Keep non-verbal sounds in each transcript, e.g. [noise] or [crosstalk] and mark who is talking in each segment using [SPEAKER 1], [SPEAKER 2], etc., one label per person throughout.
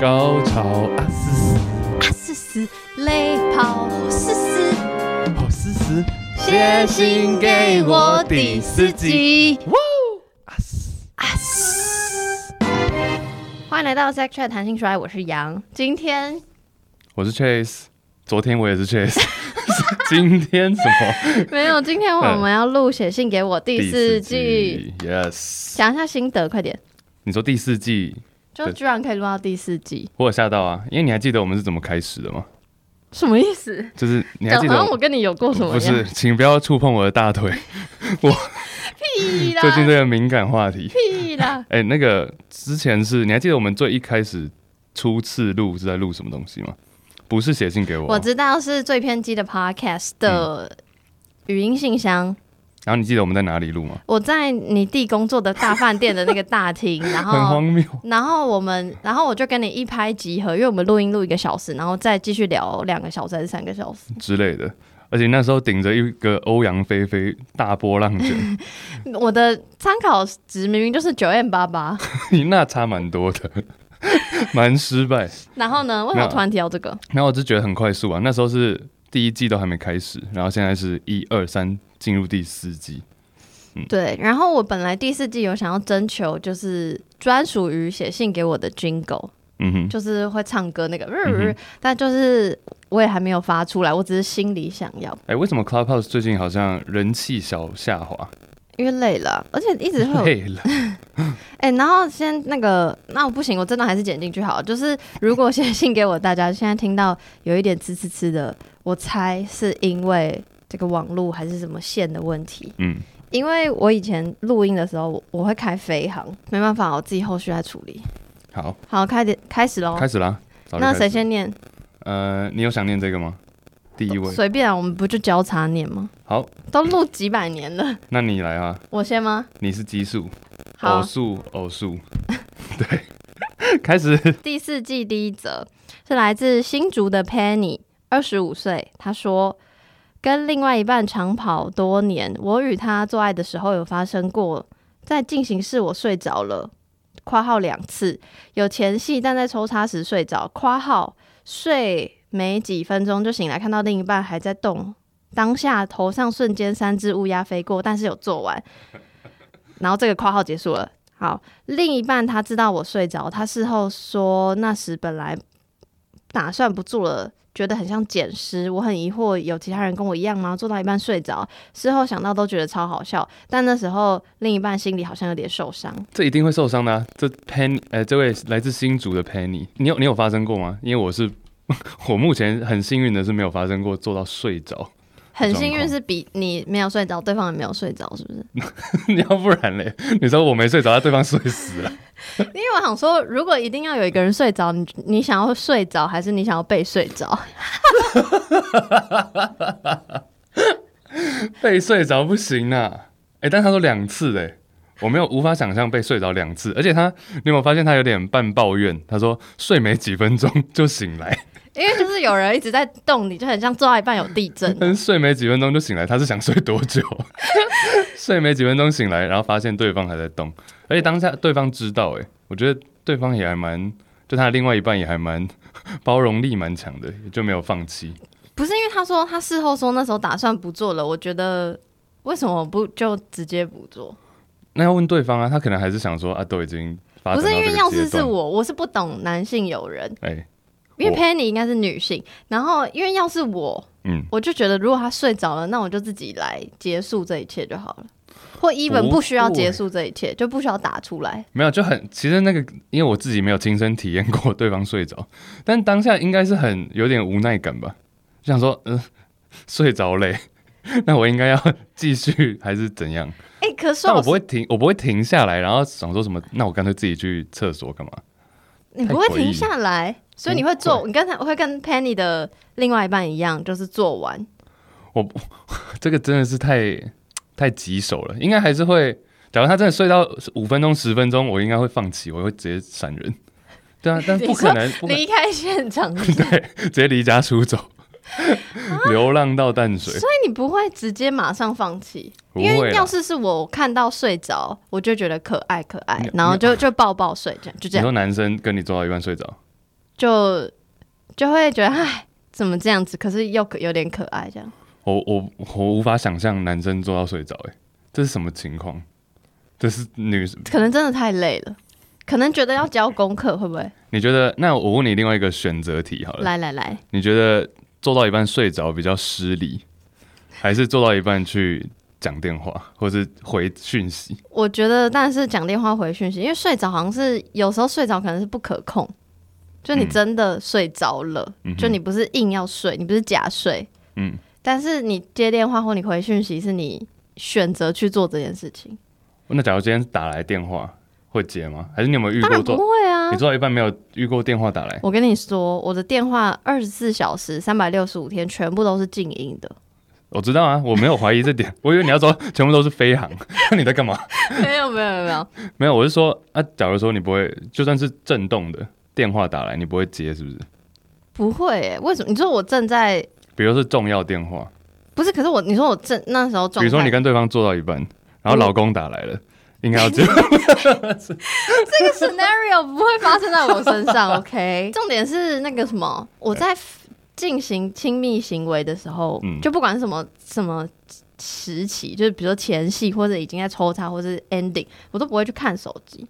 [SPEAKER 1] 高潮啊嘶嘶，
[SPEAKER 2] 啊嘶嘶，泪跑嘶嘶，
[SPEAKER 1] 好嘶嘶，
[SPEAKER 2] 写信给我第四集。
[SPEAKER 1] 哇
[SPEAKER 2] 啊嘶！欢迎来到 Sex Chat 谈性说爱，我是杨。今天
[SPEAKER 1] 我是 Chase，昨天我也是 Chase，今天什么
[SPEAKER 2] 没有，今天我们要录写信给我第四季。
[SPEAKER 1] ？Yes，
[SPEAKER 2] 讲一下心得，快点！
[SPEAKER 1] 你说第四季，
[SPEAKER 2] 就
[SPEAKER 1] 对
[SPEAKER 2] 居然可以录到第四季，
[SPEAKER 1] 我有吓到啊，因为你还记得我们是怎么开始的吗？
[SPEAKER 2] 什么意思？
[SPEAKER 1] 就是你还
[SPEAKER 2] 讲
[SPEAKER 1] 记
[SPEAKER 2] 好
[SPEAKER 1] 得
[SPEAKER 2] 像我跟你有过什么
[SPEAKER 1] 不
[SPEAKER 2] 样？
[SPEAKER 1] 是，请不要触碰我的大腿，
[SPEAKER 2] 屁啦，
[SPEAKER 1] 最近这个敏感话题。
[SPEAKER 2] 屁
[SPEAKER 1] [laughs]
[SPEAKER 2] 啦！
[SPEAKER 1] 哎、那个之前是你还记得我们最一开始初次录是在录什么东西吗？不是写信给我啊，
[SPEAKER 2] 我知道是最偏激的 Podcast
[SPEAKER 1] 嗯
[SPEAKER 2] 的语音信箱。
[SPEAKER 1] 然后你记得我们在哪里录吗？
[SPEAKER 2] 我在你弟工作的大饭店的那个
[SPEAKER 1] [laughs]
[SPEAKER 2] 大厅，然
[SPEAKER 1] 很荒
[SPEAKER 2] 后
[SPEAKER 1] 谬，
[SPEAKER 2] 然后我们，然后我就跟你一拍即合，因为我们录音录一个小时，然后再继续聊两个小时还是三个小时。
[SPEAKER 1] 之类的。而且那时候顶着一个欧阳菲菲大波浪
[SPEAKER 2] [laughs]
[SPEAKER 1] 卷，
[SPEAKER 2] 我的参考值明明就是九 M
[SPEAKER 1] [laughs]
[SPEAKER 2] 八八，
[SPEAKER 1] 你那差蛮多的， [laughs] 蛮失败。
[SPEAKER 2] 然后呢，为什么突然提到这个？
[SPEAKER 1] 然后我就觉得很快速啊，那时候是第一季都还没开始，然后现在是一二三进入第四季，
[SPEAKER 2] 对，然后我本来第四季有想要征求，就是专属于写信给我的 Jingle，
[SPEAKER 1] 嗯哼，
[SPEAKER 2] 就是会唱歌那个，嗯
[SPEAKER 1] 哼
[SPEAKER 2] 但就是我也还没有发出来，我只是心里想要，
[SPEAKER 1] 哎、为什么 Clubhouse 最近好像人气小下滑？
[SPEAKER 2] 因为累了，啊而且一直会有
[SPEAKER 1] 累了，
[SPEAKER 2] 哎、然后先那个，那我不行，我真的还是剪进去好了。就是如果写信给我，大家现在听到有一点呲呲呲的，我猜是因为这个网络还是什么线的问题。
[SPEAKER 1] 嗯，
[SPEAKER 2] 因为我以前录音的时候，我我会开飞行，没办法，我自己后续来处理。
[SPEAKER 1] 好，
[SPEAKER 2] 好，开点开始喽。
[SPEAKER 1] 开始啦。早就
[SPEAKER 2] 哦那
[SPEAKER 1] 开始
[SPEAKER 2] 谁？先念？
[SPEAKER 1] 呃，你有想念这个吗？第一位，
[SPEAKER 2] 随便啊，我们不就交叉念吗？
[SPEAKER 1] 好，
[SPEAKER 2] 都录几百年了，
[SPEAKER 1] 那你来啊，
[SPEAKER 2] 我先吗？
[SPEAKER 1] 你是奇数，偶
[SPEAKER 2] 好，
[SPEAKER 1] 数，偶数， [laughs] 对， [laughs] 开始。
[SPEAKER 2] 第四季第一则是来自新竹的 Penny，二十五岁，她说。跟另外一半长跑多年，我与他做爱的时候有发生过，在进行时我睡着了（括号两次），有前戏，但在抽插时睡着（括号睡没几分钟就醒来，看到另一半还在动，当下头上瞬间三只乌鸦飞过，但是有做完，然后这个括号结束了。好，另一半他知道我睡着，他事后说那时本来打算不做了，觉得很像捡尸。我很疑惑，有其他人跟我一样吗？做到一半睡着，事后想到都觉得超好笑。但那时候另一半心里好像有点受伤。
[SPEAKER 1] 这一定会受伤的、啊。这 Penny，呃，这位来自新竹的 Penny，你有你有发生过吗？因为我是 [laughs] 我目前很幸运的是没有发生过做到睡着， [laughs]
[SPEAKER 2] 很幸
[SPEAKER 1] 状
[SPEAKER 2] 运
[SPEAKER 1] 况
[SPEAKER 2] 是比你没有睡着，对方也没有睡着，是不是？
[SPEAKER 1] 要不然嘞，你说我没睡着，那对方睡死了。
[SPEAKER 2] 因为我想说，如果一定要有一个人睡着，你你想要睡着，还是你想要被睡 [laughs] 着？
[SPEAKER 1] 被睡着不行啊！哎、但他说两次哎、我没有无法想象被睡着两次，而且他，你有没有发现他有点半抱怨？他说睡没几分钟就醒来，
[SPEAKER 2] 因为就是有人一直在动你，就很像做到一半有地震。
[SPEAKER 1] 但是睡没几分钟就醒来，他是想睡多久？ [laughs] 睡没几分钟醒来，然后发现对方还在动，而且当下对方知道、欸，我觉得对方也还蛮，就他的另外一半也还蛮 [laughs] 包容力蛮强的，就没有放弃。
[SPEAKER 2] 不是因为他说他事后说那时候打算不做了，我觉得为什么不就直接不做？
[SPEAKER 1] 那要问对方啊，他可能还是想说啊，都已经发
[SPEAKER 2] 不
[SPEAKER 1] 展到
[SPEAKER 2] 是因为
[SPEAKER 1] 这个
[SPEAKER 2] 要
[SPEAKER 1] 阶
[SPEAKER 2] 是是
[SPEAKER 1] 段，
[SPEAKER 2] 我，我是不懂男性友人，
[SPEAKER 1] 哎、
[SPEAKER 2] 因为
[SPEAKER 1] 我
[SPEAKER 2] Penny 应该是女性，然后因为要是我，
[SPEAKER 1] 嗯，
[SPEAKER 2] 我就觉得如果他睡着了，那我就自己来结束这一切就好了，或 even
[SPEAKER 1] 不
[SPEAKER 2] 不需要结
[SPEAKER 1] 会
[SPEAKER 2] 束这一切，就不需要打出来。
[SPEAKER 1] 没有就很，其实那个因为我自己没有亲身体验过对方睡着，但当下应该是很有点无奈感吧，就想说，嗯、睡着嘞，那我应该要继续还是怎样？
[SPEAKER 2] 哎、可是
[SPEAKER 1] 但
[SPEAKER 2] 我
[SPEAKER 1] 我不会停，我不会停下来，然后想说什么？那我干脆自己去厕所干嘛？
[SPEAKER 2] 你
[SPEAKER 1] 太
[SPEAKER 2] 不会
[SPEAKER 1] 诡
[SPEAKER 2] 停
[SPEAKER 1] 异
[SPEAKER 2] 下
[SPEAKER 1] 哎
[SPEAKER 2] 来，所以你
[SPEAKER 1] 不
[SPEAKER 2] 会做，
[SPEAKER 1] 会
[SPEAKER 2] 你跟他会跟 Penny 的另外一半一样，就是做完。
[SPEAKER 1] 这个真的是太太棘手了，应该还是会。假如他真的睡到五分钟、十分钟，我应该会放弃，我会直接闪人。对啊，但
[SPEAKER 2] 你
[SPEAKER 1] 不
[SPEAKER 2] 说
[SPEAKER 1] 可能，不可能
[SPEAKER 2] 离开
[SPEAKER 1] [laughs]
[SPEAKER 2] 现场，所
[SPEAKER 1] 直接离家出走，
[SPEAKER 2] 啊
[SPEAKER 1] [laughs] 流浪到淡水。
[SPEAKER 2] 以你不会直接马上放弃，
[SPEAKER 1] 不
[SPEAKER 2] 因
[SPEAKER 1] 会
[SPEAKER 2] 为
[SPEAKER 1] 啦
[SPEAKER 2] 要是是我看到睡着，我就觉得可爱可爱
[SPEAKER 1] 你，
[SPEAKER 2] 然后
[SPEAKER 1] 你
[SPEAKER 2] 就就抱抱睡，这样就这
[SPEAKER 1] 你
[SPEAKER 2] 样。
[SPEAKER 1] 说男生跟你做到一半睡着，
[SPEAKER 2] 就就会觉得唉，怎么这样子？可是又可有点可爱这样。
[SPEAKER 1] 我我我无法想象男生做到睡着，哎，这是什么情况？这是女，
[SPEAKER 2] 可能真的太累了，可能觉得要交功课，会不会？
[SPEAKER 1] 你觉得？那我问你另外一个选择题好了，
[SPEAKER 2] 来来来，
[SPEAKER 1] 你觉得做到一半睡着比较失礼，还是做到一半去讲电话或是回讯息？
[SPEAKER 2] 我觉得但是讲电话回讯息，因为睡着好像是有时候睡着可能是不可控，就你
[SPEAKER 1] 嗯
[SPEAKER 2] 真的睡着了，
[SPEAKER 1] 嗯哼
[SPEAKER 2] 就你不是硬要睡，你不是假睡，
[SPEAKER 1] 嗯，
[SPEAKER 2] 但是你接电话或你回讯息是你选择去做这件事情，
[SPEAKER 1] 那假如今天打来电话会接吗？还是你有没有遇
[SPEAKER 2] 当
[SPEAKER 1] 过
[SPEAKER 2] 然不
[SPEAKER 1] 做？
[SPEAKER 2] 会啊
[SPEAKER 1] 你。做到一半没有遇过电话打来，
[SPEAKER 2] 我跟你说，我的电话二十四小时、三百六十五天全部都是静音
[SPEAKER 1] [laughs]
[SPEAKER 2] 的，
[SPEAKER 1] 我知道啊，我没有怀疑这点，我以为你要说全部都是飞航， [laughs] 那你在干嘛？
[SPEAKER 2] 没有没有没有没有，
[SPEAKER 1] 没有，我是说啊，假如说你不会，就算是震动的电话打来，你不会接，是不是？
[SPEAKER 2] 不会、欸。为什么？你说我正在
[SPEAKER 1] 比如说是重要电话，
[SPEAKER 2] 不是？可是我你说我正那时候
[SPEAKER 1] 比
[SPEAKER 2] 状态，
[SPEAKER 1] 如说你跟对方做到一半，然后老公打来了，应该要接。
[SPEAKER 2] 这个 scenario 不会发生在我身 [laughs] 上，OK？重点是那个什么，我在 f- 进行亲密行为的时候，
[SPEAKER 1] 嗯
[SPEAKER 2] 就不管是什么什么时期，就是比如说前戏或者已经在抽插或者是 ending，我都不会去看手机。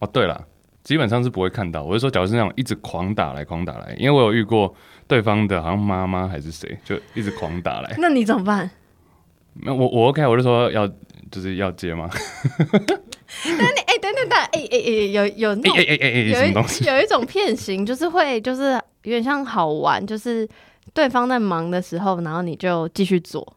[SPEAKER 1] 哦，对了，基本上是不会看到。我是说，假如是那种一直狂打来、狂打来，因为我有遇过对方的，好像妈妈还是谁，就一直狂打来。
[SPEAKER 2] 那你怎么办？
[SPEAKER 1] 那我我 OK，我就啊说要就是要接
[SPEAKER 2] [laughs]
[SPEAKER 1] 吗？
[SPEAKER 2] 那哎、等等等，哎哎哎，有有那
[SPEAKER 1] 哎
[SPEAKER 2] 种
[SPEAKER 1] 哎哎哎哎，什么东西？
[SPEAKER 2] 有一有一种片型，就是会就是有点像好玩，就是对方在忙的时候，然后你就继续做。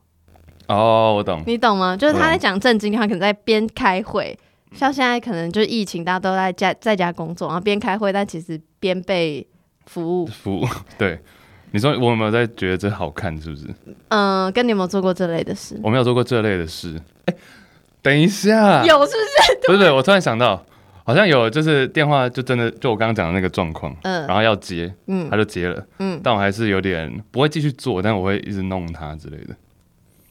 [SPEAKER 1] 哦，我懂。
[SPEAKER 2] 你懂吗？就是他在
[SPEAKER 1] 嗯
[SPEAKER 2] 讲正经，他可能在边开会，像现在可能就是疫情，大家都在家在家工作，然后边开会，但其实边被服务。
[SPEAKER 1] 服务对，你说我有没有在觉得这好看？是不是？
[SPEAKER 2] 嗯、跟你有没有做过这类的事？
[SPEAKER 1] 我没有做过这类的事。哎、等一下，
[SPEAKER 2] 有是不是？
[SPEAKER 1] 不是不是，我突然想到，好像有，就是电话就真的就我刚刚讲的那个状况，
[SPEAKER 2] 嗯、
[SPEAKER 1] 然后要接，
[SPEAKER 2] 嗯
[SPEAKER 1] 他就接了，
[SPEAKER 2] 嗯，
[SPEAKER 1] 但我还是有点不会继续做，但我会一直弄他之类的，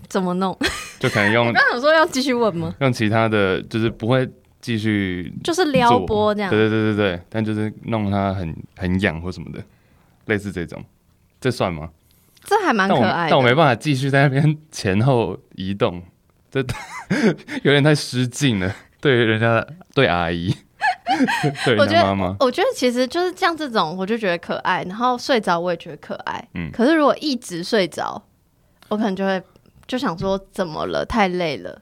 [SPEAKER 2] 怎么弄？
[SPEAKER 1] 就可能用
[SPEAKER 2] [laughs] 我刚想说要继续问吗？
[SPEAKER 1] 用其他的，就是不会继续
[SPEAKER 2] 就是
[SPEAKER 1] 做
[SPEAKER 2] 撩拨这样。
[SPEAKER 1] 对对对对对，但就是弄他很很痒或什么的，类似这种，这算吗？
[SPEAKER 2] 这还蛮
[SPEAKER 1] 但
[SPEAKER 2] 可
[SPEAKER 1] 我
[SPEAKER 2] 爱
[SPEAKER 1] 但我
[SPEAKER 2] 的。
[SPEAKER 1] 没办法继续在那边前后移动，这 [laughs] 有点太失敬了，对人家的对阿姨， [laughs] 对
[SPEAKER 2] 我
[SPEAKER 1] 人
[SPEAKER 2] 觉
[SPEAKER 1] 家
[SPEAKER 2] 得
[SPEAKER 1] 妈
[SPEAKER 2] 哦
[SPEAKER 1] 妈，
[SPEAKER 2] 我觉得其实就是像这种，我就觉得可爱，然后睡着我也觉得可爱。
[SPEAKER 1] 嗯
[SPEAKER 2] 可是如果一直睡着，我可能就会就想说怎么了？太累了，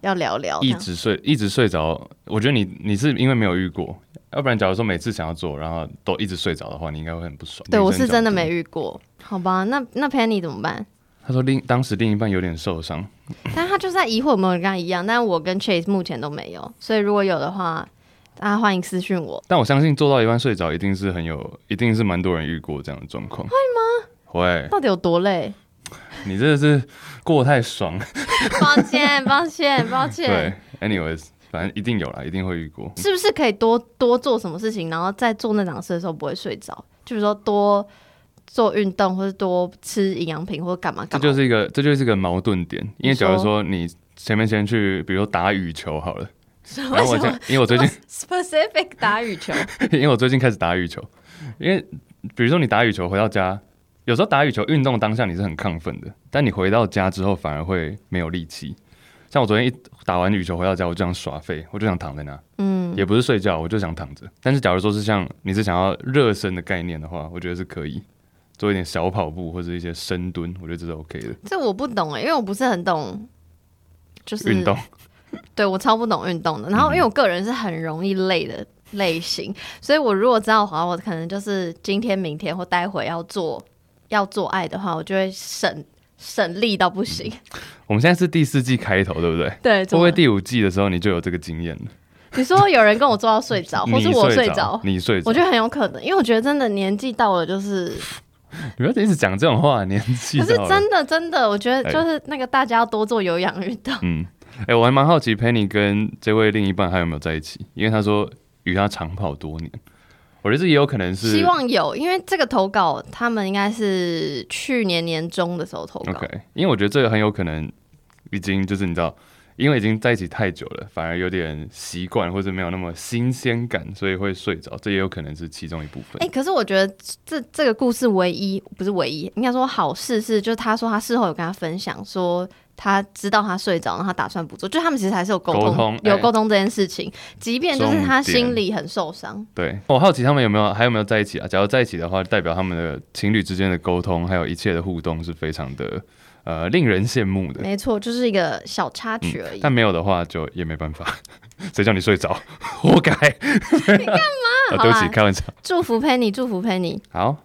[SPEAKER 2] 要聊聊。这
[SPEAKER 1] 一
[SPEAKER 2] 样
[SPEAKER 1] 直睡一直睡着，我觉得你你是因为没有遇过，要不然假如说每次想要做，然后都一直睡着的话，你应该会很不爽。
[SPEAKER 2] 对
[SPEAKER 1] 女
[SPEAKER 2] 我
[SPEAKER 1] 生
[SPEAKER 2] 是真的
[SPEAKER 1] 角度
[SPEAKER 2] 没。遇过，好吧？那那 Penny 怎么
[SPEAKER 1] [laughs]
[SPEAKER 2] 办？
[SPEAKER 1] 他说另当时另一半有点受伤，
[SPEAKER 2] 但他就是在疑惑有没有人跟他一样，但我跟 Chase 目前都没有，所以如果有的话，大家欢迎私讯我。
[SPEAKER 1] 但我相信做到一半睡着一定是很有，一定是蛮多人遇过这样的状况。会吗？会，
[SPEAKER 2] 到底有多累？
[SPEAKER 1] [laughs] 你真的是过得太爽了。
[SPEAKER 2] 抱歉，抱歉，抱
[SPEAKER 1] 对
[SPEAKER 2] 歉。
[SPEAKER 1] ，anyways，反正一定有啦，一定会遇过。
[SPEAKER 2] 是不是可以多多做什么事情，然后在做那档事的时候不会睡着？就比如说多做运动，或者多吃营养品，或者干嘛
[SPEAKER 1] 这
[SPEAKER 2] 干嘛。
[SPEAKER 1] 就是一个，这就是一个矛盾点。因为
[SPEAKER 2] 你说
[SPEAKER 1] 假如说你前面先去，比如说打羽球好了，然
[SPEAKER 2] 为
[SPEAKER 1] 后我
[SPEAKER 2] 什
[SPEAKER 1] 现
[SPEAKER 2] 么
[SPEAKER 1] 因为我最近，
[SPEAKER 2] specific 打羽球？
[SPEAKER 1] [laughs] 因为我最近开始打羽球，因为比如说你打羽球回到家，有时候打羽球运动当下你是很亢奋的，但你回到家之后反而会没有力气。像我昨天一打完羽球回到家，我就想耍废，我就想躺在那，
[SPEAKER 2] 嗯，
[SPEAKER 1] 也不是睡觉，我就想躺着。但是假如说是像你是想要热身的概念的话，我觉得是可以做一点小跑步或者一些深蹲，我觉得这是 OK 的
[SPEAKER 2] [laughs] 这我不懂哎、因为我不是很懂，就是
[SPEAKER 1] 运动。嗯
[SPEAKER 2] 对我超不懂运动的。然后因为我个人是很容易累的类型，所以我如果知道的话，我可能就是今天、明天或待会要做要做爱的话，我就会省省力到不行。
[SPEAKER 1] 我们现在是第四季开头，对不对？
[SPEAKER 2] 对，
[SPEAKER 1] 会不
[SPEAKER 2] 怎么
[SPEAKER 1] 会
[SPEAKER 2] 了
[SPEAKER 1] 第五季的时候你就有这个经验了？
[SPEAKER 2] 你说有人跟我做到睡着，哦或
[SPEAKER 1] 你
[SPEAKER 2] 是我
[SPEAKER 1] 睡
[SPEAKER 2] 着？
[SPEAKER 1] 你睡着
[SPEAKER 2] 我，觉得很有可能，因为我觉得真的年纪到了，
[SPEAKER 1] [laughs]
[SPEAKER 2] 就是，
[SPEAKER 1] 你不要一直讲这种话，年纪
[SPEAKER 2] 可是
[SPEAKER 1] 到了哎
[SPEAKER 2] 真的真的，我觉得就是那个大家要多做有氧运动。
[SPEAKER 1] 嗯，哎、我还蛮好奇 Penny 跟这位另一半还有没有在一起，因为他说与他长跑多年，我觉得这也有可 [laughs] 能是
[SPEAKER 2] 希望有，因为这个投稿他们应该是去年年中的时候投稿
[SPEAKER 1] OK，因为我觉得这个很有可能已经就是你知道因为已经在一起太久了，反而有点习惯或者没有那么新鲜感，所以会睡着，这也有可能是其中一部分。
[SPEAKER 2] 哎、可是我觉得这这个故事唯一不是唯一，应该说好事是，就是他说他事后有跟他分享说。他知道他睡着，然后他打算不做，就他们其实还是有沟通，
[SPEAKER 1] 沟通
[SPEAKER 2] 有
[SPEAKER 1] 哎
[SPEAKER 2] 沟通这件事情，即便就是他
[SPEAKER 1] 重点
[SPEAKER 2] 心里很受伤，
[SPEAKER 1] 对我哦好奇他们有没有还有没有在一起啊？假如在一起的话，代表他们的情侣之间的沟通还有一切的互动是非常的呃令人羡慕的。
[SPEAKER 2] 没错，就是一个小插曲而已。
[SPEAKER 1] 嗯但没有的话就也没办法， [laughs] 谁叫你睡着， [laughs] 活该。你干嘛对不
[SPEAKER 2] 好
[SPEAKER 1] 起，
[SPEAKER 2] 啦
[SPEAKER 1] [laughs] 开玩笑。
[SPEAKER 2] 祝福 Penny，祝福 Penny。
[SPEAKER 1] 好，